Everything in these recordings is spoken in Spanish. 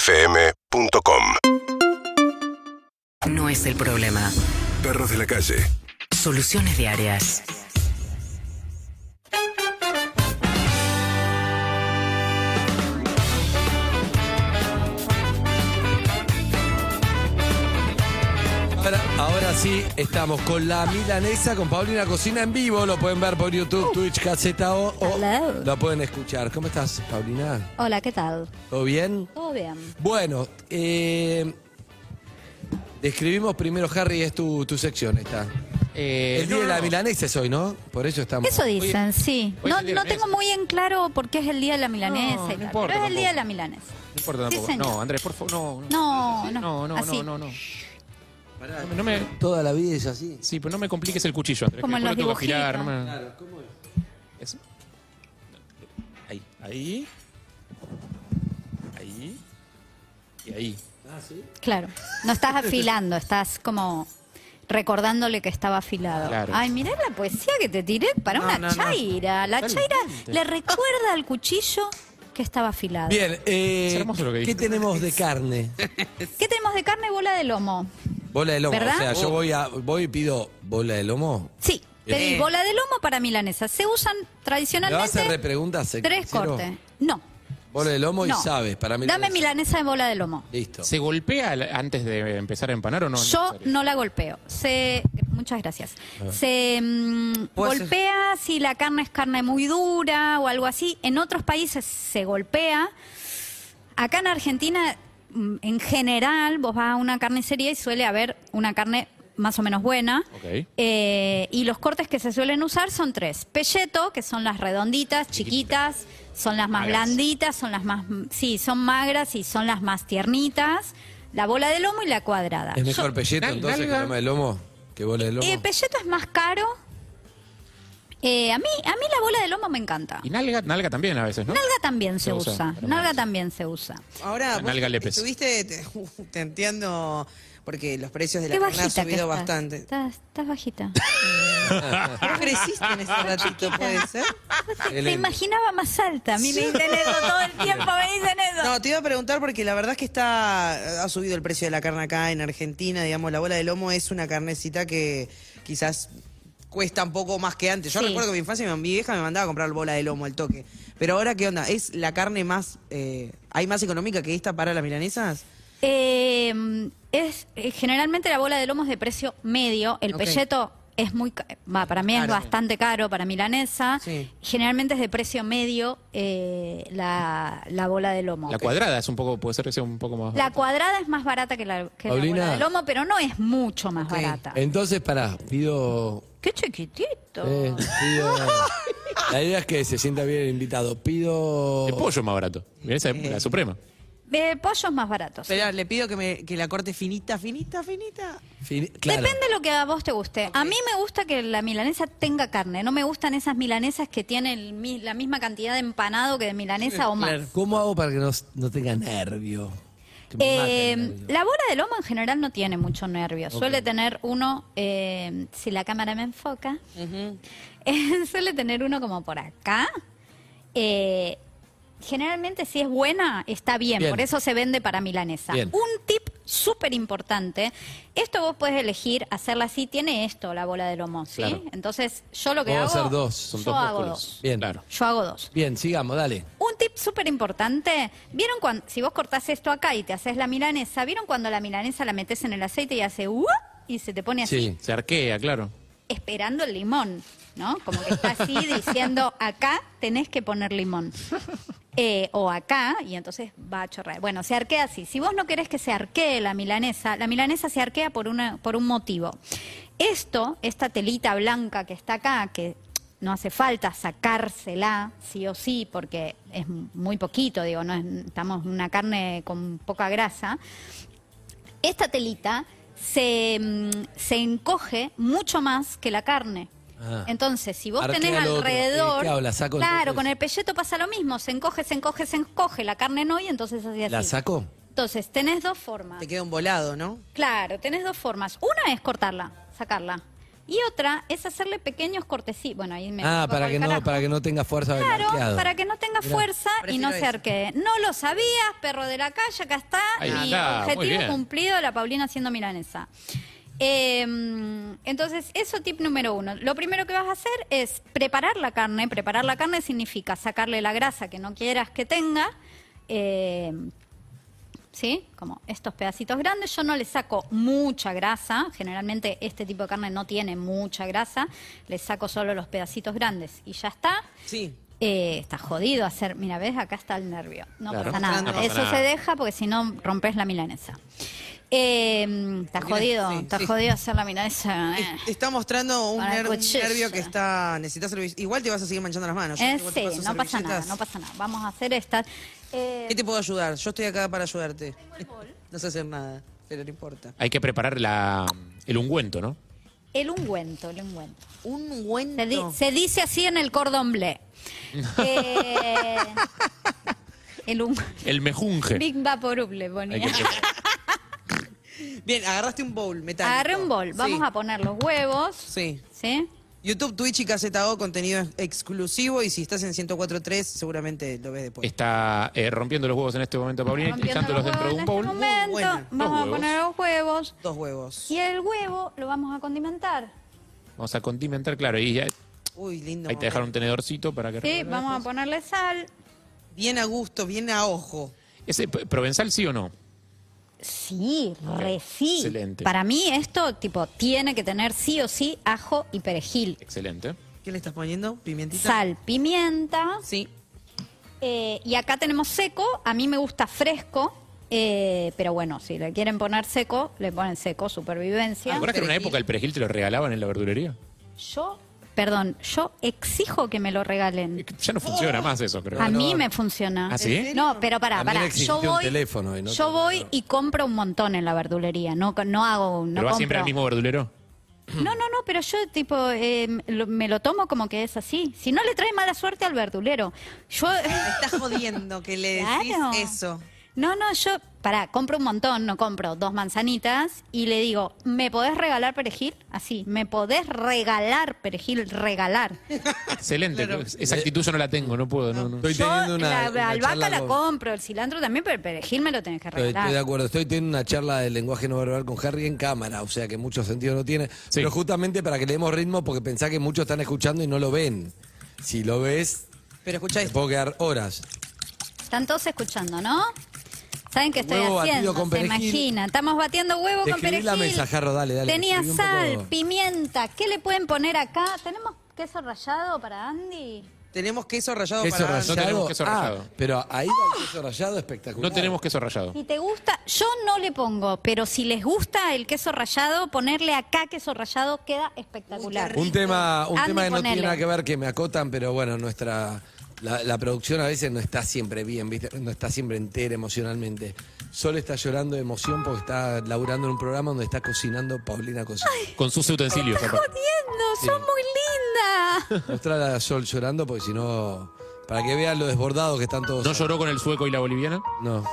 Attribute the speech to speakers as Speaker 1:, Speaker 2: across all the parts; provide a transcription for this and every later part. Speaker 1: UrbanaPlayFM.com
Speaker 2: No es el problema.
Speaker 1: Perros de la calle.
Speaker 2: Soluciones diarias.
Speaker 3: Ahora, ahora sí, estamos con la milanesa, con Paulina Cocina en vivo. Lo pueden ver por YouTube, Twitch, Caseta O. o
Speaker 4: Hello.
Speaker 3: lo pueden escuchar. ¿Cómo estás, Paulina?
Speaker 4: Hola, ¿qué tal?
Speaker 3: ¿Todo bien?
Speaker 4: ¿Todo bien?
Speaker 3: Bueno, eh, describimos primero, Harry, es tu, tu sección esta.
Speaker 5: Eh,
Speaker 3: El día
Speaker 5: no,
Speaker 3: de la
Speaker 5: no.
Speaker 3: milanesa es hoy, ¿no? Por eso estamos.
Speaker 4: Eso dicen, sí.
Speaker 5: hoy es
Speaker 4: No,
Speaker 5: el día
Speaker 4: no
Speaker 5: de la
Speaker 4: tengo
Speaker 5: milanesa.
Speaker 4: muy en claro por qué es el día de la milanesa,
Speaker 5: No,
Speaker 4: y
Speaker 5: no
Speaker 4: tal,
Speaker 5: importa
Speaker 4: pero es el
Speaker 5: tampoco.
Speaker 4: día de la milanesa.
Speaker 5: No importa
Speaker 4: Sí,
Speaker 5: tampoco.
Speaker 4: señor.
Speaker 5: no, Andrés, por favor, no.
Speaker 4: No, no,
Speaker 5: No, no, no,
Speaker 4: así.
Speaker 5: no, no. No me- no me,
Speaker 3: Toda la vida es así.
Speaker 5: sí, pero no me compliques el cuchillo, Andrés.
Speaker 4: Como en
Speaker 5: que después
Speaker 4: los
Speaker 5: lo tengo que afilar,
Speaker 4: dibujitos.
Speaker 5: no me- Eso. Ahí, ahí. Ahí. Y ahí.
Speaker 4: Claro, no estás afilando, estás como recordándole que estaba afilado.
Speaker 5: Claro.
Speaker 4: Ay, mirá la poesía que te tiré para
Speaker 5: No,
Speaker 4: una
Speaker 5: no, no.
Speaker 4: chaira. La
Speaker 5: Está
Speaker 4: chaira
Speaker 5: elegante.
Speaker 4: le recuerda al cuchillo que estaba afilado.
Speaker 3: Bien, eh,
Speaker 5: Es hermoso lo que
Speaker 3: ¿qué
Speaker 5: dijiste.
Speaker 3: tenemos de carne?
Speaker 4: ¿Qué tenemos de carne? Bola de lomo.
Speaker 3: Bola de lomo.
Speaker 4: ¿Verdad?
Speaker 3: O sea,
Speaker 5: Oh.
Speaker 3: yo voy, a, voy y pido bola de lomo.
Speaker 4: Sí, pedí
Speaker 3: Eh.
Speaker 4: bola de lomo para milanesa. Se usan
Speaker 3: ¿Me vas a
Speaker 4: tradicionalmente
Speaker 3: repreguntar? sec-
Speaker 4: tres
Speaker 3: cero?
Speaker 4: cortes. No.
Speaker 3: Bola de lomo y
Speaker 4: No.
Speaker 3: sabes, para mí.
Speaker 4: Dame milanesa de bola de lomo.
Speaker 3: Listo.
Speaker 5: ¿Se golpea al- antes de empezar a empanar o no? es
Speaker 4: Yo
Speaker 5: necesario?
Speaker 4: no la golpeo. Se, muchas gracias.
Speaker 3: Ah.
Speaker 4: Se mm, golpea si la carne es carne muy dura o algo así. En otros países se golpea. Acá en Argentina, mm, en general, vos vas a una carnicería y suele haber una carne más o menos buena.
Speaker 5: Ok.
Speaker 4: Eh, y los cortes que se suelen usar son tres. Pelleto, que son las redonditas, chiquitas, son las más
Speaker 5: Magras.
Speaker 4: blanditas, son las más, sí, son magras y son las más tiernitas. La bola de lomo y la cuadrada.
Speaker 3: ¿Es mejor pelleto
Speaker 5: Nal-
Speaker 3: entonces que
Speaker 5: nalga.
Speaker 3: loma de lomo? ¿Que bola de lomo?
Speaker 4: Eh, pelleto es más caro. Eh, a, mí, a mí la bola de lomo me encanta.
Speaker 5: Y nalga, nalga también a veces, ¿no?
Speaker 4: Nalga también se,
Speaker 5: Se usa,
Speaker 4: usa.
Speaker 5: pero
Speaker 4: Nalga
Speaker 5: bueno.
Speaker 4: también se usa.
Speaker 6: Ahora,
Speaker 5: La
Speaker 6: vos
Speaker 5: nalga Lepes.
Speaker 6: estuviste te- tenteando porque los precios de la
Speaker 4: Qué
Speaker 6: carne
Speaker 4: bajita
Speaker 6: han
Speaker 4: que
Speaker 6: subido
Speaker 4: estás.
Speaker 6: bastante.
Speaker 4: Estás, estás bajita.
Speaker 6: Vos creciste en ese ratito, ¿puede ser?
Speaker 4: Me
Speaker 3: Excelente.
Speaker 4: imaginaba más alta. A mí me dicen eso todo el tiempo, me dicen eso.
Speaker 6: No, te iba a preguntar porque la verdad es que está ha subido el precio de la carne acá en Argentina, digamos, la bola de lomo es una carnecita que quizás cuesta un poco más que antes. Yo
Speaker 4: Sí.
Speaker 6: recuerdo que en mi infancia mi vieja me mandaba a comprar bola de lomo al toque. Pero ahora, ¿qué onda? ¿Es la carne más, eh, hay más económica que esta para las milanesas?
Speaker 4: Eh, es eh, generalmente la bola de lomo es de precio medio, el
Speaker 6: Ok.
Speaker 4: pelleto es muy ca- va, para mí es
Speaker 6: Caro.
Speaker 4: bastante caro para milanesa.
Speaker 6: Sí.
Speaker 4: Generalmente es de precio medio eh, la, la bola de lomo.
Speaker 5: La cuadrada es un poco, puede ser que sea un poco más.
Speaker 4: La cuadrada es más barata que la, que la
Speaker 3: Paulina.
Speaker 4: bola de lomo, pero no es mucho más
Speaker 6: Ok.
Speaker 4: barata.
Speaker 5: Eh,
Speaker 3: Entonces, pará, pido.
Speaker 4: Qué chiquitito.
Speaker 3: eh, pido- La idea es que se sienta bien el invitado. Pido.
Speaker 5: El pollo es más barato. Mirá esa, la suprema.
Speaker 4: Eh, pollos más baratos.
Speaker 6: Espera, le pido que, me, que la corte finita, finita, finita.
Speaker 3: Fin- claro.
Speaker 4: Depende de lo que a vos te guste. A mí me gusta que la milanesa tenga carne. No me gustan esas milanesas que tienen el mi- la misma cantidad de empanado que de milanesa o más.
Speaker 3: ¿Cómo hago para que no, no tenga nervio? Que me mate
Speaker 4: Eh,
Speaker 3: el nervio.
Speaker 4: la bola de lomo en general no tiene mucho nervio. Suele tener uno, eh, si la cámara me enfoca, eh, suele tener uno como por acá. Eh, generalmente si es buena, está bien.
Speaker 3: Bien.
Speaker 4: Por eso se vende para milanesa.
Speaker 3: Bien.
Speaker 4: Un tip súper importante. Esto vos puedes elegir hacerla así. Tiene esto la bola de lomo, ¿sí?
Speaker 5: Claro.
Speaker 4: Entonces yo lo que
Speaker 3: Puedo
Speaker 4: hago...
Speaker 3: hacer dos, son
Speaker 5: Son
Speaker 4: yo
Speaker 5: dos
Speaker 4: hago
Speaker 5: músculos.
Speaker 4: dos.
Speaker 3: Bien.
Speaker 5: Claro.
Speaker 4: Yo hago dos.
Speaker 3: Bien, sigamos, dale.
Speaker 4: Un tip súper importante, ¿vieron cuando, si vos cortás esto acá y te haces la milanesa, ¿vieron cuando la milanesa la metes en el aceite y hace ¡uh! y se te pone así,
Speaker 3: Sí.
Speaker 5: Se arquea, claro.
Speaker 4: esperando el limón, ¿no? Como que está así diciendo, acá tenés que poner limón. Eh, o acá, y entonces va a chorrear. Bueno, se arquea así. Si vos no querés que se arquee la milanesa, la milanesa se arquea por, una, por un motivo. Esto, esta telita blanca que está acá, que no hace falta sacársela, sí o sí, porque es muy poquito, digo, no es, estamos en una carne con poca grasa. Esta telita se, mm, se encoge mucho más que la carne.
Speaker 3: Ah.
Speaker 4: Entonces, si vos
Speaker 3: Arquea
Speaker 4: tenés
Speaker 3: lo otro.
Speaker 4: alrededor.
Speaker 3: Eh, claro, la saco
Speaker 4: claro,
Speaker 3: entonces.
Speaker 4: con el pelleto pasa lo mismo. Se encoge, se encoge, se encoge. La carne no, y entonces así así.
Speaker 3: ¿La saco?
Speaker 4: Entonces, tenés dos formas.
Speaker 6: Te queda un volado, ¿no?
Speaker 4: Claro, tenés dos formas. Una es cortarla, sacarla. Y otra es hacerle pequeños cortecitos. Bueno, ahí me
Speaker 3: Ah,
Speaker 4: pongo
Speaker 3: para
Speaker 4: pa'l
Speaker 3: que no,
Speaker 4: carajo.
Speaker 3: para que no tenga fuerza de
Speaker 4: Claro,
Speaker 3: blanqueado.
Speaker 4: para que no tenga fuerza y
Speaker 6: prefiero
Speaker 4: no se
Speaker 6: eso.
Speaker 4: arquee. No lo sabías, perro de la calle, acá está.
Speaker 5: Ahí
Speaker 4: y
Speaker 5: está, muy
Speaker 4: objetivo
Speaker 5: bien.
Speaker 4: cumplido, la Paulina haciendo milanesa. Eh, entonces, eso tip número uno. Lo primero que vas a hacer es preparar la carne. Preparar la carne significa sacarle la grasa que no quieras que tenga. eh, ¿sí? Como estos pedacitos grandes. Yo no le saco mucha grasa. Generalmente este tipo de carne no tiene mucha grasa. Le saco solo los pedacitos grandes y ya está.
Speaker 6: Sí.
Speaker 4: Eh, está jodido hacer. Mira, ves, acá está el nervio. No
Speaker 5: Claro.
Speaker 4: pasa nada.
Speaker 6: No
Speaker 5: pasa
Speaker 4: Eso
Speaker 5: nada.
Speaker 4: se deja porque si no rompes la milanesa. Eh, está
Speaker 6: Mira,
Speaker 4: jodido,
Speaker 6: sí,
Speaker 4: está
Speaker 6: sí.
Speaker 4: jodido hacer la milanesa. eh.
Speaker 6: Es- Te está mostrando un,
Speaker 4: Para el
Speaker 6: ner- un
Speaker 4: cuchillo.
Speaker 6: nervio que está. Necesitas servi- Igual te vas a seguir manchando las manos. Yo
Speaker 4: Eh,
Speaker 6: igual te
Speaker 4: sí,
Speaker 6: paso
Speaker 4: no pasa nada,
Speaker 6: servilletas.
Speaker 4: no pasa nada. Vamos a hacer estas. Eh,
Speaker 6: ¿Qué te puedo ayudar? Yo estoy acá para ayudarte. No sé hacer nada, pero no importa.
Speaker 5: Hay que preparar la, el ungüento, ¿no?
Speaker 4: el ungüento, el ungüento.
Speaker 6: Un
Speaker 4: Se, di-
Speaker 6: ungüento.
Speaker 4: se dice así en el cordón bleu. Eh, el ungüento.
Speaker 5: El mejunje.
Speaker 4: Big Vaporub le
Speaker 5: Hay
Speaker 4: ponía.
Speaker 5: que preparar.
Speaker 6: Bien, agarraste un bowl, metálico.
Speaker 4: Agarré un bol. Vamos
Speaker 6: Sí,
Speaker 4: a poner los huevos.
Speaker 6: Sí.
Speaker 4: ¿Sí?
Speaker 6: YouTube, Twitch y KZO, contenido ex- exclusivo. Y si estás en 104.3, seguramente lo ves después.
Speaker 5: Está eh, rompiendo los huevos en este momento, Paulina, y
Speaker 4: Rompiendo
Speaker 5: echándolos
Speaker 4: los
Speaker 5: dentro de un bowl.
Speaker 4: huevos en este
Speaker 6: Muy
Speaker 4: momento.
Speaker 6: buena.
Speaker 4: Vamos a
Speaker 5: Los
Speaker 4: poner los huevos.
Speaker 6: Dos huevos.
Speaker 4: Y el huevo lo vamos a condimentar.
Speaker 5: Vamos a condimentar, claro. Y ya,
Speaker 6: Uy, lindo.
Speaker 5: hay que dejar un tenedorcito para que.
Speaker 4: Sí, vamos a ponerle sal.
Speaker 6: Bien a gusto, bien a ojo.
Speaker 5: ¿Ese p- provenzal sí o no?
Speaker 4: Sí, re sí.
Speaker 5: Excelente.
Speaker 4: Para mí esto, tipo, tiene que tener sí o sí ajo y perejil.
Speaker 5: Excelente.
Speaker 6: ¿Qué le estás poniendo? ¿Pimentita?
Speaker 4: Sal, pimienta.
Speaker 6: Sí.
Speaker 4: Eh, y acá tenemos seco. A mí me gusta fresco. eh, pero bueno, si le quieren poner seco, le ponen seco, supervivencia.
Speaker 5: ¿Recuerdas que en una
Speaker 6: perejil.
Speaker 5: época el perejil te lo regalaban en la verdulería?
Speaker 4: Yo, perdón, yo exijo que me lo regalen.
Speaker 5: Ya no
Speaker 4: Oh.
Speaker 5: funciona más eso, creo.
Speaker 4: A mí me funciona.
Speaker 5: ¿Ah, sí?
Speaker 4: No, pero pará,
Speaker 3: También
Speaker 4: pará.
Speaker 3: existe
Speaker 4: Yo
Speaker 3: un
Speaker 4: voy,
Speaker 3: teléfono y no
Speaker 4: yo
Speaker 3: te-
Speaker 4: voy y compro un montón en la verdulería. No, no hago, no
Speaker 5: Pero va
Speaker 4: compro.
Speaker 5: siempre al mismo verdulero.
Speaker 4: No, no, no, pero yo tipo eh, lo- me lo tomo como que es así. Si no le trae mala suerte al verdulero. Yo
Speaker 6: Estás jodiendo que le decís
Speaker 4: Claro.
Speaker 6: eso.
Speaker 4: No, no, yo pará, compro un montón, no compro dos manzanitas y le digo, ¿me podés regalar perejil? Así, ¿me podés regalar perejil? Regalar.
Speaker 5: Excelente. Esa actitud yo no la tengo, no puedo. No, no.
Speaker 3: Estoy
Speaker 4: Yo
Speaker 3: teniendo una.
Speaker 4: la,
Speaker 3: una
Speaker 4: albahaca
Speaker 3: charla
Speaker 4: la
Speaker 3: con-
Speaker 4: compro, el cilantro también, pero el perejil me lo tenés que
Speaker 3: Estoy,
Speaker 4: regalar.
Speaker 3: estoy de acuerdo, estoy teniendo una charla de lenguaje no verbal con Harry en cámara, o sea que mucho sentido no tiene. Pero justamente para que le demos ritmo, porque pensá que muchos están escuchando y no lo ven. Si lo ves,
Speaker 6: Pero escuchá
Speaker 3: te
Speaker 6: esto.
Speaker 3: puedo quedar horas.
Speaker 4: Están todos escuchando, ¿no? ¿Saben qué estoy
Speaker 3: Huevo batido
Speaker 4: haciendo?
Speaker 3: con
Speaker 4: Se
Speaker 3: perejil.
Speaker 4: imagina. Estamos batiendo huevo con
Speaker 3: Describí
Speaker 4: perejil.
Speaker 3: la mesa, Jarro, dale, dale,
Speaker 4: Tenía
Speaker 3: describí un
Speaker 4: sal,
Speaker 3: poco.
Speaker 4: pimienta. ¿Qué le pueden poner acá? ¿Tenemos queso rallado para Andy?
Speaker 6: Tenemos queso rallado
Speaker 3: Queso
Speaker 6: para...
Speaker 3: rallado.
Speaker 5: tenemos queso
Speaker 3: Ah,
Speaker 5: rallado.
Speaker 3: pero ahí va el queso rallado espectacular.
Speaker 5: No tenemos queso rallado.
Speaker 4: Si te gusta, yo no le pongo, pero si les gusta el queso rallado, ponerle acá queso rallado queda espectacular.
Speaker 3: Un tema, un
Speaker 4: Andy,
Speaker 3: tema que no
Speaker 4: ponele.
Speaker 3: tiene nada que ver, que me acotan, pero bueno, nuestra la, la producción a veces no está siempre bien, ¿viste? no está siempre entera emocionalmente. Sol está llorando de emoción porque está laburando en un programa donde está cocinando Paulina Cocina.
Speaker 5: Con sus utensilios. papá.
Speaker 4: Jodiendo, son muy lindas.
Speaker 3: Mostrar a Sol llorando porque si no, para que vean lo desbordado que están todos.
Speaker 5: ¿No lloró con el sueco y la boliviana?
Speaker 3: No.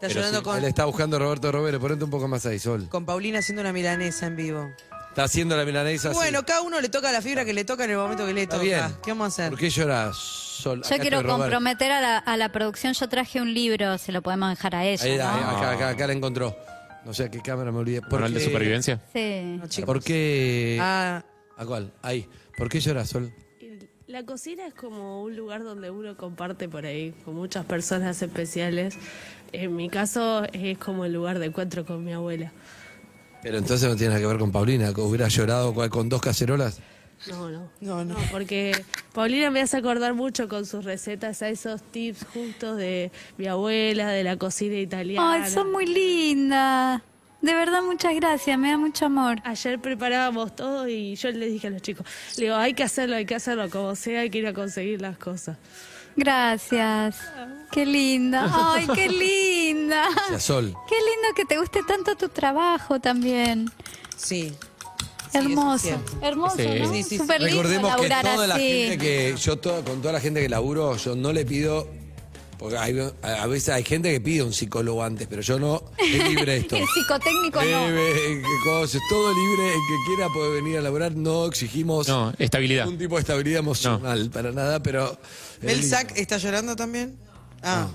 Speaker 6: Está llorando con,
Speaker 3: Él está buscando a Roberto Romero, ponete un poco más ahí, Sol.
Speaker 6: con Paulina haciendo una milanesa en vivo.
Speaker 3: Está haciendo la milanesa. así.
Speaker 6: Bueno, cada uno le toca la fibra que le toca en el momento que le
Speaker 3: está
Speaker 6: toca.
Speaker 3: bien.
Speaker 6: ¿Qué vamos a hacer?
Speaker 3: ¿Por qué lloras, Sol?
Speaker 4: Yo
Speaker 3: Acá
Speaker 4: quiero
Speaker 3: estoy, Roberto.
Speaker 4: comprometer a la, a la producción, yo traje un libro, se lo podemos dejar a ella.
Speaker 3: Ahí,
Speaker 4: ¿no?
Speaker 3: ahí, acá, acá, acá la encontró. No sé a qué cámara me olvidé. ¿Por
Speaker 5: ¿Manual de
Speaker 3: qué-
Speaker 5: supervivencia?
Speaker 4: Sí.
Speaker 6: No, chicos.
Speaker 3: ¿Por qué?
Speaker 6: Ah,
Speaker 3: ¿A cuál? Ahí. ¿Por qué lloras, Sol?
Speaker 7: El- La cocina es como un lugar donde uno comparte por ahí con muchas personas especiales. En mi caso es como el lugar de encuentro con mi abuela.
Speaker 3: Pero entonces no tiene nada que ver con Paulina, que hubiera llorado cual- con dos cacerolas.
Speaker 7: No, no.
Speaker 6: No, no.
Speaker 7: porque Paulina me hace acordar mucho con sus recetas a esos tips justos de mi abuela, de la cocina italiana.
Speaker 4: Ay, son muy lindas. De verdad, muchas gracias, me da mucho amor.
Speaker 7: Ayer preparábamos todo y yo le dije a los chicos, le digo, hay que hacerlo, hay que hacerlo como sea, hay que ir a conseguir las cosas.
Speaker 4: Gracias. Qué linda. Ay, qué linda.
Speaker 3: O sea, Sol.
Speaker 4: Qué lindo que te guste tanto tu trabajo también.
Speaker 6: sí. Sí, eso es
Speaker 4: Hermoso,
Speaker 6: cierto.
Speaker 4: hermoso,
Speaker 5: Sí.
Speaker 4: ¿no?
Speaker 5: Sí,
Speaker 6: sí, sí.
Speaker 4: Súper lindo
Speaker 3: Recordemos que
Speaker 4: laburar
Speaker 3: toda la
Speaker 4: así.
Speaker 3: gente que yo toda- con toda la gente que laburo, yo no le pido Porque hay- a a veces hay gente que pide un psicólogo antes, pero yo no. Es libre esto.
Speaker 4: El psicotécnico no.
Speaker 3: Debe, en qué cosas, todo libre, el que quiera puede venir a laburar, no exigimos
Speaker 5: No, estabilidad.
Speaker 3: un tipo de estabilidad emocional para nada, pero... eh,
Speaker 6: ¿Mel Sack está llorando también? Ah,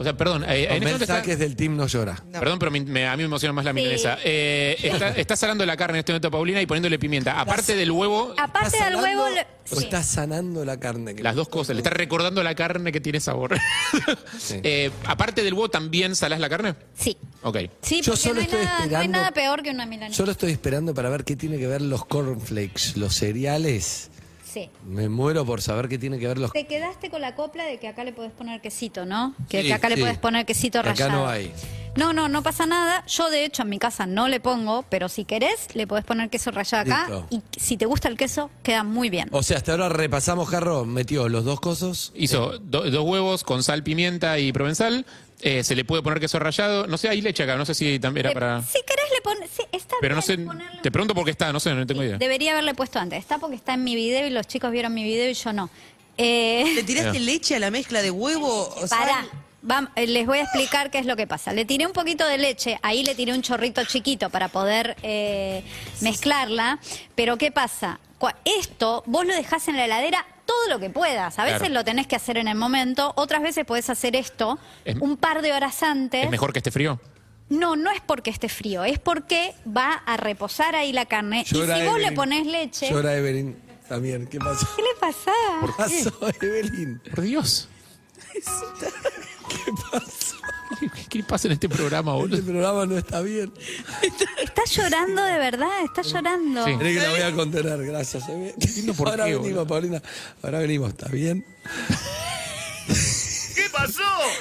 Speaker 5: O sea, perdón, eh, en este momento está-
Speaker 3: Melzac es del team No Llora.
Speaker 6: No.
Speaker 5: Perdón, pero me- me- a mí me emociona más la milanesa. Eh, está- estás salando la carne en este momento, Paulina, y poniéndole pimienta. Aparte del huevo,
Speaker 4: Aparte
Speaker 3: ¿Estás
Speaker 4: del
Speaker 3: sanando
Speaker 4: huevo, le-
Speaker 3: o
Speaker 4: sí.
Speaker 3: estás sanando la carne. que-
Speaker 5: las dos cosas. Le estás recordando la carne que tiene sabor. Eh, aparte del huevo, ¿también salás la carne?
Speaker 4: sí.
Speaker 5: Ok.
Speaker 4: Sí,
Speaker 3: Yo
Speaker 4: porque
Speaker 3: solo
Speaker 4: no, hay
Speaker 3: estoy
Speaker 4: nada, no hay
Speaker 3: esperando-
Speaker 4: nada peor que una milanesa.
Speaker 3: Solo estoy esperando para ver qué tiene que ver los cornflakes, los cereales.
Speaker 4: Sí.
Speaker 3: Me muero por saber qué tiene que ver los...
Speaker 4: Te quedaste con la copla de que acá le puedes poner quesito, ¿no? Que,
Speaker 3: Sí,
Speaker 4: que acá
Speaker 3: sí.
Speaker 4: le puedes poner quesito
Speaker 3: Acá
Speaker 4: rallado.
Speaker 3: no hay.
Speaker 4: No, no, no pasa nada. Yo, de hecho, en mi casa no le pongo, pero si querés, le podés poner queso rallado acá.
Speaker 3: Listo.
Speaker 4: Y si te gusta el queso, queda muy bien.
Speaker 5: Oh,
Speaker 3: O sea, hasta ahora repasamos, Jarro, metió los dos cosos.
Speaker 5: Hizo do- dos huevos con sal, pimienta y provenzal. Eh, se le puede poner queso rallado. No sé, hay leche acá. No sé si también
Speaker 4: Le-
Speaker 5: era para...
Speaker 4: Eh, Si querés, le pones. Sí, está
Speaker 5: Pero no
Speaker 4: bien
Speaker 5: sé,
Speaker 4: ponerle-
Speaker 5: te pregunto por qué está, no sé, no tengo idea.
Speaker 4: Debería haberle puesto antes. Está porque está en mi video y los chicos vieron mi video y yo no. Eh,
Speaker 6: ¿le
Speaker 3: Ah.
Speaker 6: tiraste leche a la mezcla de huevo? o sal?
Speaker 4: pará. Vam- eh, les voy a explicar qué es lo que pasa. Le tiré un poquito de leche, ahí le tiré un chorrito chiquito para poder eh, mezclarla, pero ¿qué pasa? Cua- Esto vos lo dejás en la heladera todo lo que puedas. A veces
Speaker 5: Claro.
Speaker 4: lo tenés que hacer en el momento, otras veces podés hacer esto
Speaker 5: Es-
Speaker 4: un par de horas antes.
Speaker 5: ¿Es mejor que esté frío?
Speaker 4: No, no es porque esté frío, es porque va a reposar ahí la carne. y si vos le
Speaker 3: Evelyn.
Speaker 4: ponés leche,
Speaker 3: Llora Evelyn también. ¿Qué pasó?
Speaker 4: ¿qué le pasa?
Speaker 3: ¿Qué pasó, Evelyn?
Speaker 5: Por Dios.
Speaker 3: ¿Qué pasó?
Speaker 5: ¿Qué, qué pasa en este programa,
Speaker 3: Este
Speaker 5: boludo?
Speaker 3: programa no está bien.
Speaker 4: Está llorando de verdad, está llorando.
Speaker 5: Sí.
Speaker 3: Creí que la voy a contener, gracias. Evelyn.
Speaker 5: Entiendo por
Speaker 3: ahora
Speaker 5: qué,
Speaker 3: venimos,
Speaker 5: boludo.
Speaker 3: Paulina. Ahora venimos, ¿está bien?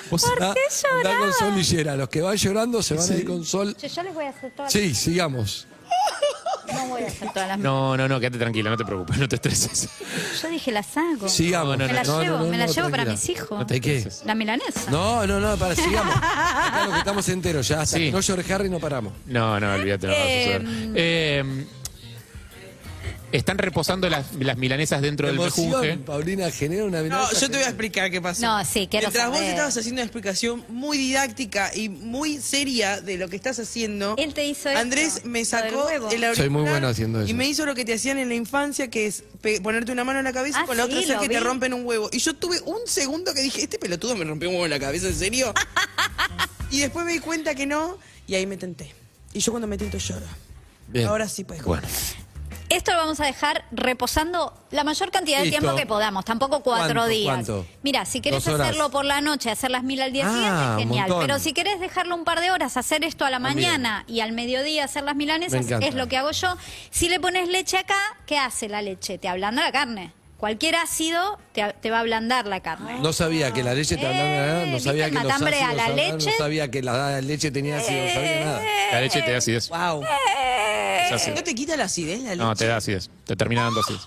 Speaker 5: Vos-
Speaker 3: Da-
Speaker 4: qué
Speaker 3: da
Speaker 4: llorás?
Speaker 3: Ah, con sol y llera. Los que van llorando se van a ir con sol.
Speaker 4: Yo, yo les voy a hacer todas
Speaker 3: Sí, sigamos.
Speaker 4: las... No voy a hacer todas las...
Speaker 5: No, no, no, quédate tranquila, no te preocupes, no te estreses.
Speaker 4: Yo dije, las hago.
Speaker 3: Sigamos.
Speaker 5: No, no,
Speaker 4: me la
Speaker 5: no,
Speaker 4: llevo, me la
Speaker 3: ah, no,
Speaker 4: llevo para
Speaker 3: tranquila.
Speaker 4: mis hijos.
Speaker 5: No te
Speaker 3: ¿De qué?
Speaker 5: estreses.
Speaker 4: La milanesa.
Speaker 3: No, no, no, para, sigamos. Acá lo que estamos enteros, ya hasta
Speaker 5: Sí.
Speaker 3: que no llore Harry no paramos.
Speaker 5: No, no, olvídate, no va a
Speaker 3: Em.
Speaker 5: suceder. Eh, están reposando las, las milanesas dentro del ¿eh? mejunje.
Speaker 3: Emoción, Paulina, genera una
Speaker 6: No,
Speaker 3: amenaza.
Speaker 6: yo te voy a explicar qué pasó.
Speaker 4: No, sí, quiero
Speaker 6: Mientras vos
Speaker 4: saber.
Speaker 6: estabas haciendo una explicación muy didáctica y muy seria de lo que estás haciendo.
Speaker 4: Él te hizo esto,
Speaker 6: Andrés me
Speaker 4: lo
Speaker 6: sacó
Speaker 4: del huevo.
Speaker 6: el auricular
Speaker 3: Soy muy bueno haciendo
Speaker 6: Y
Speaker 3: eso.
Speaker 6: me hizo lo que te hacían en la infancia, que es pe- ponerte una mano en la cabeza
Speaker 4: Ah,
Speaker 6: y con la otra
Speaker 4: sí,
Speaker 6: hacer
Speaker 4: lo
Speaker 6: que te
Speaker 4: vi.
Speaker 6: rompen un huevo. Y yo tuve un segundo que dije, este pelotudo me rompió un huevo en la cabeza, ¿en serio? y después me di cuenta que no, y ahí me tenté. Y yo cuando me tento lloro.
Speaker 3: Bien.
Speaker 6: Ahora sí puedes
Speaker 5: Bueno,
Speaker 4: Esto lo vamos a dejar reposando la mayor cantidad de
Speaker 3: Listo.
Speaker 4: tiempo que podamos, tampoco cuatro
Speaker 3: ¿Cuánto,
Speaker 4: días.
Speaker 3: cuánto?
Speaker 4: Mira, si querés
Speaker 3: Dos horas.
Speaker 4: hacerlo por la noche, hacer las mil al día
Speaker 3: Ah,
Speaker 4: siguiente,
Speaker 3: un
Speaker 4: genial.
Speaker 3: montón.
Speaker 4: Pero si querés dejarlo un par de horas, hacer esto a la mañana y al mediodía hacer las
Speaker 3: Me
Speaker 4: milanesas,
Speaker 3: encanta.
Speaker 4: es lo que hago yo. Si le pones leche acá, ¿qué hace la leche? Te ablanda la carne. Cualquier ácido te, te va a ablandar la carne.
Speaker 3: No sabía que la leche te hablaba,
Speaker 4: Eh,
Speaker 3: no sabía que
Speaker 4: ¿viste el
Speaker 3: los
Speaker 4: matambre a
Speaker 3: ácidos
Speaker 4: la
Speaker 3: hablaban,
Speaker 4: leche? Eh,
Speaker 3: no sabía que la leche tenía ácido, no sabía nada.
Speaker 5: la leche
Speaker 3: eh,
Speaker 5: te da acidez.
Speaker 6: Wow.
Speaker 5: Es
Speaker 6: ¿No
Speaker 5: ácido.
Speaker 6: te quita la acidez la leche?
Speaker 5: No, te da acidez. Te termina dando acidez.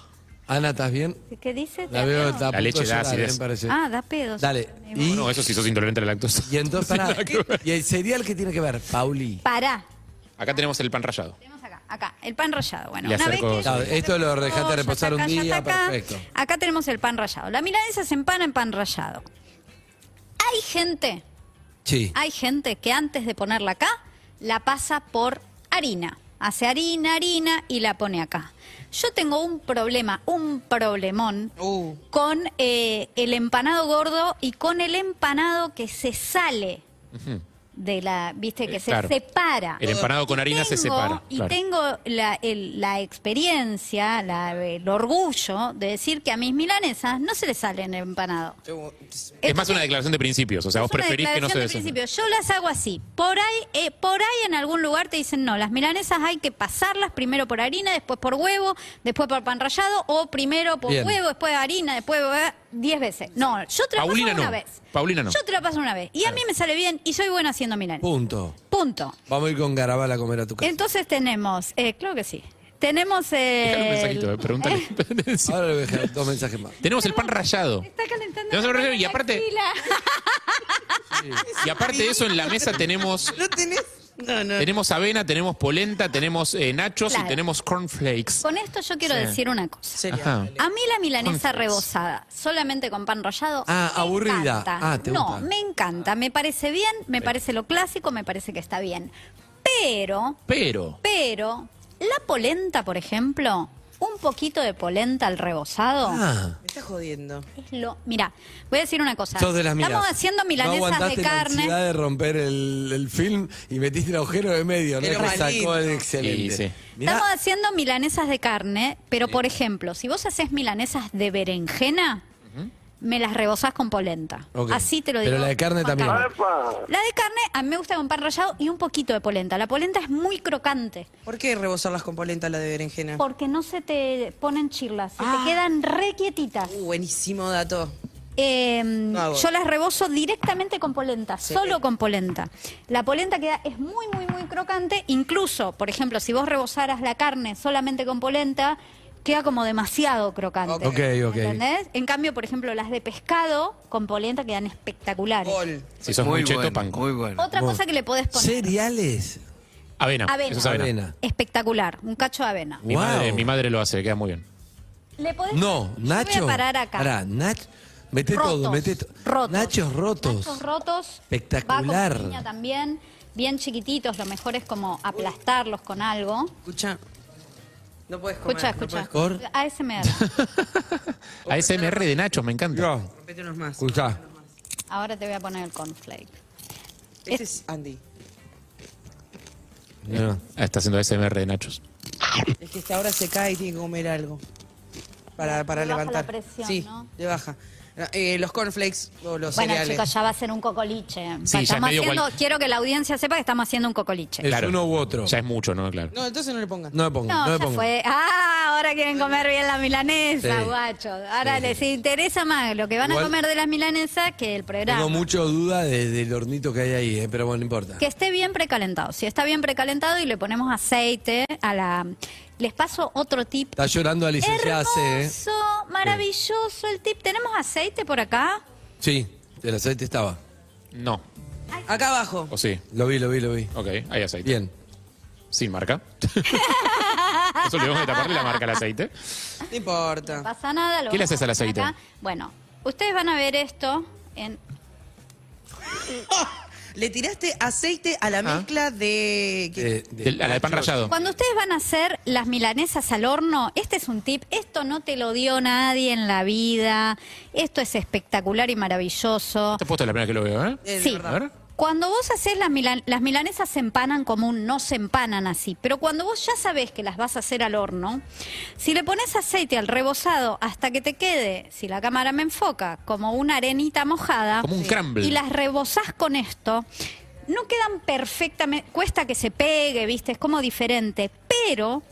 Speaker 3: Ana, ¿estás bien?
Speaker 4: Ah. ¿Qué dice?
Speaker 3: La veo, está a punto
Speaker 5: leche
Speaker 3: de
Speaker 5: da
Speaker 3: llorar,
Speaker 5: acidez.
Speaker 3: me parece.
Speaker 4: Ah, da pedos.
Speaker 3: Dale. Y,
Speaker 5: No, eso sí sos intolerante a la lactosa.
Speaker 3: y entonces,
Speaker 5: No tiene
Speaker 3: pará,
Speaker 5: nada que ver.
Speaker 3: ¿y el cereal qué tiene que ver? Pauli.
Speaker 4: Pará.
Speaker 5: Acá tenemos el pan rallado.
Speaker 4: Tenemos acá, acá, el pan rallado. Bueno,
Speaker 5: Le
Speaker 4: una vez
Speaker 5: acerco-
Speaker 4: que
Speaker 5: Claro,
Speaker 3: esto lo dejaste
Speaker 4: Ya está
Speaker 3: reposar un
Speaker 4: acá, ya
Speaker 3: día,
Speaker 4: está acá.
Speaker 3: perfecto.
Speaker 4: Acá tenemos el pan rallado. La milanesa se empana en pan rallado. Hay gente,
Speaker 3: Sí.
Speaker 4: hay gente que antes de ponerla acá, la pasa por harina. Hace harina, harina y la pone acá. Yo tengo un problema, un problemón
Speaker 6: Uh.
Speaker 4: con eh, el empanado gordo y con el empanado que se sale de la, viste, que
Speaker 5: Eh,
Speaker 4: se
Speaker 5: claro.
Speaker 4: separa.
Speaker 5: El empanado con
Speaker 4: Y
Speaker 5: harina se
Speaker 4: tengo-
Speaker 5: separa,
Speaker 4: Y
Speaker 5: claro.
Speaker 4: tengo la, el- la experiencia, la- el orgullo de decir que a mis milanesas no se les sale en el empanado.
Speaker 6: Yo-
Speaker 5: Es más una declaración de principios. O sea, vos
Speaker 4: Es una
Speaker 5: preferís que no se
Speaker 4: declaración de
Speaker 5: desenfríe.
Speaker 4: principio. Yo las hago así. Por ahí, eh, por ahí en algún lugar te dicen no, las milanesas hay que pasarlas primero por harina, después por huevo, después por pan rallado o primero por
Speaker 3: Bien.
Speaker 4: huevo, después harina, después eh, diez veces. No, yo te la paso
Speaker 5: Paulina
Speaker 4: una
Speaker 5: no.
Speaker 4: vez.
Speaker 5: Paulina no. Uh.
Speaker 4: Yo te la paso una vez y a mí me sale bien y soy buena haciendo milanesas.
Speaker 3: Punto.
Speaker 4: Punto.
Speaker 3: Vamos a ir con Garabal a comer a tu casa.
Speaker 4: Entonces tenemos, eh, claro que sí. Tenemos
Speaker 5: Déjale un mensajito, eh,
Speaker 4: el-
Speaker 5: pregúntale.
Speaker 4: Eh,
Speaker 5: Sí.
Speaker 3: Ahora le voy a dejar dos mensajes más.
Speaker 5: Tenemos el pan rallado.
Speaker 4: está calentando.
Speaker 5: Tenemos el
Speaker 4: la
Speaker 5: relleno, y
Speaker 4: la
Speaker 5: aparte-
Speaker 4: axila.
Speaker 5: Y aparte de eso, en la mesa tenemos
Speaker 6: ¿No tenés? No, no.
Speaker 5: Tenemos avena, tenemos polenta, tenemos eh, nachos
Speaker 4: Claro.
Speaker 5: y tenemos cornflakes.
Speaker 4: Con esto yo quiero
Speaker 5: Sí.
Speaker 4: decir una cosa.
Speaker 6: Sería.
Speaker 5: Ajá.
Speaker 4: A mí la milanesa
Speaker 5: Cornflakes.
Speaker 4: rebozada, solamente con pan rallado.
Speaker 3: Ah,
Speaker 4: me
Speaker 3: aburrida.
Speaker 4: encanta.
Speaker 3: Ah, ¿te
Speaker 4: no,
Speaker 3: gusta?
Speaker 4: me encanta. Me parece bien, me parece lo clásico, me parece que está bien. Pero,
Speaker 5: Pero,
Speaker 4: pero, la polenta, por ejemplo, un poquito de polenta al rebozado.
Speaker 3: Ah,
Speaker 6: Me estás jodiendo.
Speaker 4: Es lo, mira, voy a decir una cosa.
Speaker 3: sos de las milas.
Speaker 4: Estamos haciendo
Speaker 3: no
Speaker 4: milanesas
Speaker 3: aguantaste
Speaker 4: de
Speaker 3: la
Speaker 4: carne.
Speaker 3: ansiedad de romper el, el film y metiste el agujero de medio. No
Speaker 6: Pero
Speaker 3: es que sacó el
Speaker 6: maldito.
Speaker 3: excelente.
Speaker 5: Sí, sí.
Speaker 3: Mirá,
Speaker 4: Estamos haciendo milanesas de carne, pero por ejemplo, si vos haces milanesas de berenjena, me las rebozás con polenta.
Speaker 3: Ok.
Speaker 4: Así te lo digo.
Speaker 3: Pero la de carne
Speaker 4: Juan
Speaker 3: también.
Speaker 4: Carlos. La de carne a mí me gusta con pan rallado y un poquito de polenta. La polenta es muy crocante
Speaker 6: ¿Por qué rebosarlas con polenta la de berenjena?
Speaker 4: porque no se te ponen chirlas, se
Speaker 3: Ah.
Speaker 4: te quedan re quietitas.
Speaker 6: Uh, buenísimo dato.
Speaker 4: Eh,
Speaker 3: Ah,
Speaker 6: hago.
Speaker 4: yo las rebozo directamente con polenta, solo con polenta. La polenta queda es muy, muy, muy crocante. Incluso, por ejemplo, si vos rebozaras la carne solamente con polenta, queda como demasiado crocante.
Speaker 3: Ok, ok.
Speaker 4: ¿Entendés? En cambio, por ejemplo, las de pescado con polenta quedan espectaculares.
Speaker 6: Gol.
Speaker 5: si sos muy, cheto, pan con-
Speaker 8: Muy bueno.
Speaker 4: Otra cosa que le podés poner.
Speaker 3: ¿Cereales?
Speaker 5: Avena.
Speaker 4: Avena.
Speaker 5: Eso es avena.
Speaker 3: Avena.
Speaker 4: Espectacular, un cacho de avena.
Speaker 5: Mi,
Speaker 3: Wow.
Speaker 5: madre, mi madre lo hace, le queda muy bien.
Speaker 4: Le podés
Speaker 3: No,
Speaker 4: ¿Eh? Yo voy a
Speaker 3: Nacho.
Speaker 4: parar acá.
Speaker 3: Pará, Nach- Mete todo,
Speaker 4: Rotos,
Speaker 3: mete todo.
Speaker 4: rotos.
Speaker 3: Nachos rotos.
Speaker 4: Nachos rotos.
Speaker 3: Espectacular.
Speaker 4: Va con piña también, bien chiquititos. Lo mejor es como aplastarlos con algo.
Speaker 6: Escucha. No puedes comer.
Speaker 4: Escucha,
Speaker 6: no
Speaker 4: escucha.
Speaker 6: podés
Speaker 3: comer.
Speaker 4: ASMR.
Speaker 5: ASMR de nachos, me encanta.
Speaker 3: Mirá,
Speaker 6: comer. Rompete unos más.
Speaker 3: escuchá.
Speaker 4: Ahora te voy a poner el cornflake.
Speaker 6: Este es Andy.
Speaker 3: Mirá.
Speaker 5: Ah, está haciendo ASMR de nachos.
Speaker 6: Es que esta hora se cae y tiene que comer algo. Para, para
Speaker 4: Le baja
Speaker 6: levantar.
Speaker 4: la presión,
Speaker 6: sí,
Speaker 4: ¿no?
Speaker 6: le baja. Eh, los cornflakes o los
Speaker 4: Bueno,
Speaker 6: cereales.
Speaker 4: chicos, ya va a ser un cocoliche.
Speaker 5: Sí, ya
Speaker 4: estamos
Speaker 5: medio
Speaker 4: haciendo,
Speaker 5: cual-
Speaker 4: Quiero que la audiencia sepa que estamos haciendo un cocoliche.
Speaker 3: Es uno u otro.
Speaker 5: Ya es mucho, ¿no? Claro.
Speaker 6: No, entonces no le pongan.
Speaker 3: No me pongo,
Speaker 4: No,
Speaker 3: no, me
Speaker 4: ya
Speaker 3: pongo.
Speaker 4: fue. Ah, ahora quieren comer bien la milanesa,
Speaker 3: Sí.
Speaker 4: guachos. Ahora les interesa más lo que van
Speaker 3: Igual-
Speaker 4: a comer de las milanesas que el programa.
Speaker 3: Tengo mucho duda de- del hornito que hay ahí, eh, pero bueno, no importa.
Speaker 4: Que esté bien precalentado. Si está bien precalentado y le ponemos aceite a la... Les paso otro tip.
Speaker 3: Está llorando la licenciada C, eh.
Speaker 4: Hermoso, maravilloso el tip. ¿Tenemos aceite por acá?
Speaker 3: Sí, el aceite estaba.
Speaker 5: No.
Speaker 6: Acá abajo.
Speaker 5: O sí.
Speaker 3: Lo vi, lo vi, lo vi.
Speaker 5: Ok, hay aceite.
Speaker 3: Bien.
Speaker 5: Sin marca. Eso le vamos a taparle la marca al aceite.
Speaker 6: No importa.
Speaker 4: No pasa nada. Lo
Speaker 5: Ah. ¿Qué le
Speaker 4: vamos
Speaker 5: haces
Speaker 4: a
Speaker 5: al
Speaker 4: poner
Speaker 5: aceite?
Speaker 4: acá. Bueno, ustedes van a ver esto en...
Speaker 6: Le tiraste aceite a la mezcla de... que-
Speaker 3: Ah. Eh, de-
Speaker 5: Del- a la de pan rallado.
Speaker 4: Cuando ustedes van a hacer las milanesas al horno, este es un tip, esto no te lo dio nadie en la vida, esto es espectacular y maravilloso.
Speaker 5: Te he puesto la primera que lo veo, ¿eh?
Speaker 6: Eh, de
Speaker 4: Sí.
Speaker 6: verdad.
Speaker 5: A ver.
Speaker 4: Cuando vos haces las, milan- las milanesas se empanan como un no se empanan así, pero cuando vos ya sabés que las vas a hacer al horno, si le pones aceite al rebozado hasta que te quede, si la cámara me enfoca, como una arenita mojada,
Speaker 5: Como un crumble.
Speaker 4: y las rebozás con esto, no quedan perfectamente, cuesta que se pegue, viste, es como diferente, pero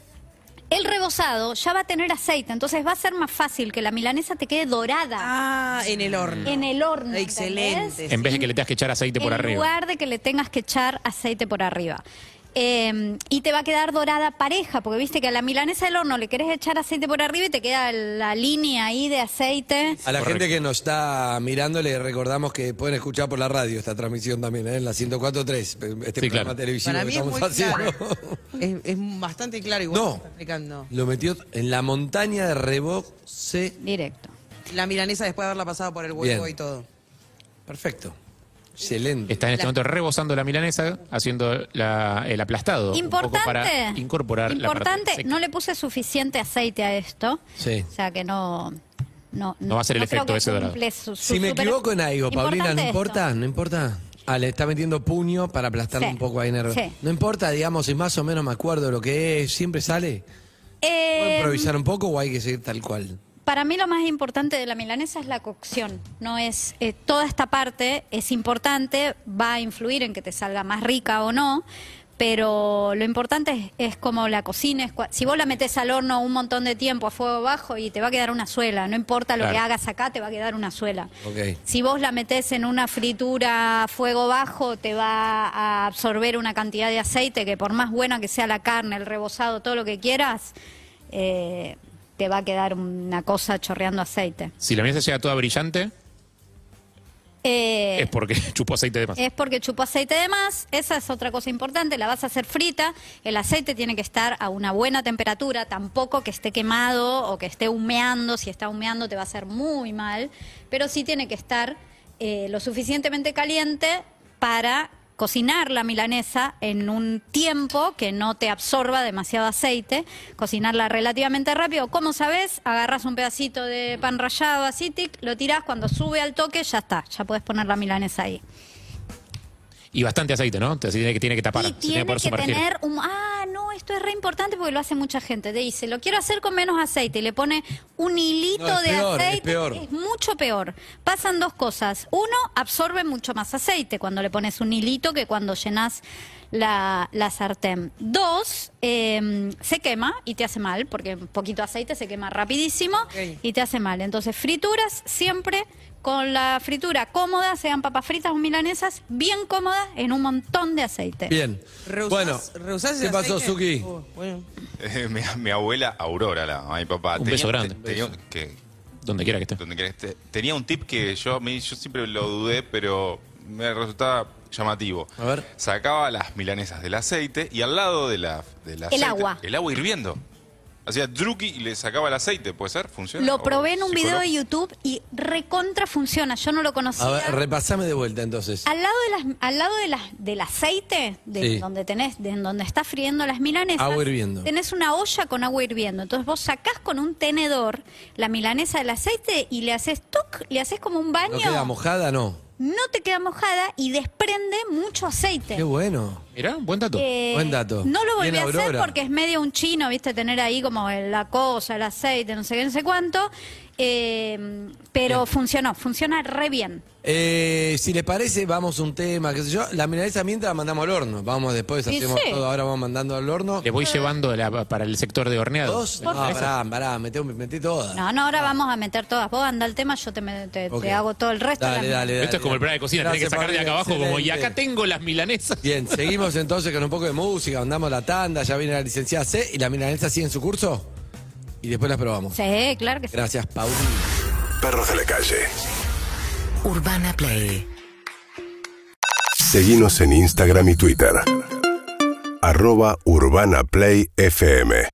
Speaker 4: el rebozado ya va a tener aceite, entonces va a ser más fácil que la milanesa te quede dorada
Speaker 6: Ah, en el horno.
Speaker 4: en el horno. ¿entendés?
Speaker 6: Excelente.
Speaker 5: En vez de que le tengas que echar aceite por
Speaker 4: en
Speaker 5: arriba.
Speaker 4: lugar de que le tengas que echar aceite por arriba. Eh, y te va a quedar dorada pareja, porque viste que a la milanesa del horno le querés echar aceite por arriba y te queda la línea ahí de aceite.
Speaker 3: A la
Speaker 5: Correcto.
Speaker 3: gente que nos está mirando le recordamos que pueden escuchar por la radio esta transmisión también, ¿eh? en la 104.3, este
Speaker 5: Sí,
Speaker 3: programa
Speaker 5: claro.
Speaker 3: televisivo
Speaker 6: Para
Speaker 3: que
Speaker 6: mí es
Speaker 3: estamos
Speaker 6: muy
Speaker 3: haciendo.
Speaker 6: claro. Es, es bastante claro igual.
Speaker 3: No.
Speaker 6: lo que está explicando.
Speaker 3: Lo metió en la montaña de reboce.
Speaker 4: Directo.
Speaker 6: La milanesa después de haberla pasado por el huevo
Speaker 3: Bien.
Speaker 6: y todo.
Speaker 3: Perfecto. Excelente.
Speaker 5: Está en este momento rebosando la milanesa, haciendo la- el aplastado. un poco
Speaker 4: Importante.
Speaker 5: para incorporar la parte
Speaker 4: importante,
Speaker 5: seca.
Speaker 4: no le puse suficiente aceite a esto.
Speaker 3: Sí.
Speaker 4: O sea que no. No,
Speaker 5: No va a ser el
Speaker 4: creo
Speaker 5: efecto
Speaker 4: que
Speaker 5: ese dorado.
Speaker 4: cumple su- su
Speaker 3: Si me
Speaker 4: super-
Speaker 3: equivoco en algo, Paulina,
Speaker 4: Importante
Speaker 3: no
Speaker 4: esto.
Speaker 3: importa, no importa. Ah, le está metiendo puño para aplastarle
Speaker 4: Sí,
Speaker 3: un poco ahí en el-
Speaker 4: sí.
Speaker 3: No importa, digamos, si más o menos me acuerdo lo que es, siempre sale. ¿Puedo
Speaker 4: Eh,
Speaker 3: improvisar un poco o hay que seguir tal cual?
Speaker 4: Para mí lo más importante de la milanesa es la cocción, no es eh, toda esta parte es importante, va a influir en que te salga más rica o no, pero lo importante es, es como la cocines, cua- si vos la metes al horno un montón de tiempo a fuego bajo y te va a quedar una suela, no importa lo
Speaker 5: Claro.
Speaker 4: que hagas acá, te va a quedar una suela.
Speaker 3: Ok.
Speaker 4: Si vos la metés en una fritura a fuego bajo, te va a absorber una cantidad de aceite que por más buena que sea la carne, el rebozado, todo lo que quieras, eh, te va a quedar una cosa chorreando aceite.
Speaker 5: Si la milanesa llega toda brillante,
Speaker 4: Eh,
Speaker 5: Es porque chupó aceite de más.
Speaker 4: Es porque chupó aceite de más, esa es otra cosa importante, la vas a hacer frita, el aceite tiene que estar a una buena temperatura, tampoco que esté quemado o que esté humeando, si está humeando te va a hacer muy mal, pero sí tiene que estar eh, lo suficientemente caliente para cocinar la milanesa en un tiempo que no te absorba demasiado aceite, cocinarla relativamente rápido. Como sabes, agarras un pedacito de pan rallado, aceite, lo tirás, cuando sube al toque ya está, ya puedes poner la milanesa ahí.
Speaker 5: Y bastante aceite, ¿no? Entonces tiene que, tiene que tapar.
Speaker 4: Y
Speaker 5: se tiene
Speaker 4: tiene
Speaker 5: que
Speaker 4: que
Speaker 5: poder sumergir.
Speaker 4: tener un... Ah, no, esto es re importante porque lo hace mucha gente. Te dice, lo quiero hacer con menos aceite. Y le pone un hilito
Speaker 3: No, es
Speaker 4: de
Speaker 3: peor, es
Speaker 4: aceite.
Speaker 3: peor.
Speaker 4: mucho peor. Pasan dos cosas. Uno, absorbe mucho más aceite cuando le pones un hilito que cuando llenas la, la sartén. Dos, eh, se quema y te hace mal porque un poquito aceite se quema rapidísimo
Speaker 6: Ok.
Speaker 4: y te hace mal. Entonces, frituras siempre con la fritura cómoda, sean papas fritas o milanesas, bien cómodas en un montón de aceite.
Speaker 3: Bien.
Speaker 6: ¿Rehusás-
Speaker 3: bueno,
Speaker 6: rehusás el
Speaker 3: ¿qué pasó,
Speaker 6: aceite?
Speaker 3: Suki?
Speaker 6: Oh, bueno.
Speaker 8: Eh, mi, mi abuela Aurora, la mamá y papá.
Speaker 5: Un beso grande.
Speaker 8: tenía- que-
Speaker 5: Donde quiera que esté.
Speaker 8: donde querés, te- tenía un tip que yo, a mí- yo siempre lo dudé, pero me resultaba llamativo.
Speaker 3: A ver.
Speaker 8: Sacaba las milanesas del aceite y al lado de la, del aceite-
Speaker 4: agua.
Speaker 8: El agua hirviendo. Hacía truqui y le sacaba el aceite, ¿puede ser? ¿Funciona?
Speaker 4: Lo
Speaker 8: ¿O
Speaker 4: probé en un video de
Speaker 8: psicológico?
Speaker 4: YouTube y recontra funciona. Yo no lo conocía.
Speaker 3: A ver, repasame de vuelta entonces.
Speaker 4: al lado de las, al lado de las, del aceite, de
Speaker 3: Sí.
Speaker 4: donde tenés, de en donde estás friendo las milanesas,
Speaker 3: Agua hirviendo.
Speaker 4: tenés una olla con agua hirviendo. Entonces vos sacás con un tenedor la milanesa del aceite y le haces toc, le haces como un baño.
Speaker 3: ¿No queda mojada? No.
Speaker 4: no te queda mojada y desprende mucho aceite.
Speaker 3: Qué bueno.
Speaker 5: Mirá, buen dato.
Speaker 4: Eh,
Speaker 3: Buen dato.
Speaker 4: No lo volví
Speaker 3: Bien,
Speaker 4: a hacer
Speaker 3: Aurora.
Speaker 4: porque es medio un chino, viste, tener ahí como el- la cosa, el aceite, no sé qué, no sé cuánto. Eh, pero funcionó, funciona re bien.
Speaker 3: Eh, si les parece, vamos un tema, qué sé yo. La milanesa mientras la mandamos al horno. Vamos después,
Speaker 4: Sí,
Speaker 3: hacemos
Speaker 4: sí.
Speaker 3: todo. Ahora vamos mandando al horno.
Speaker 5: Le voy llevando la- para el sector de horneado.
Speaker 3: ¿Dos? No, pará, pará, metí, metí todas.
Speaker 4: No, no, ahora vamos a meter todas. Vos anda el tema, yo te, me- te- te
Speaker 3: Ah. Ok.
Speaker 4: hago todo el resto.
Speaker 3: Dale,
Speaker 4: La-
Speaker 3: dale, dale.
Speaker 5: Esto es como el programa de cocina, tenés que
Speaker 3: Gracias,
Speaker 5: sacar de acá
Speaker 3: Paulina,
Speaker 5: abajo como, y
Speaker 3: excelente.
Speaker 5: acá tengo las milanesas.
Speaker 3: Bien, seguimos entonces con un poco de música, mandamos la tanda, ya viene la licenciada C y la milanesa sigue en su curso y después las probamos.
Speaker 4: Sí, claro que sí.
Speaker 3: Gracias, Paulina.
Speaker 1: Perros de la calle.
Speaker 2: Urbana Play
Speaker 1: Seguimos en Instagram y Twitter. Arroba Urbana Play FM.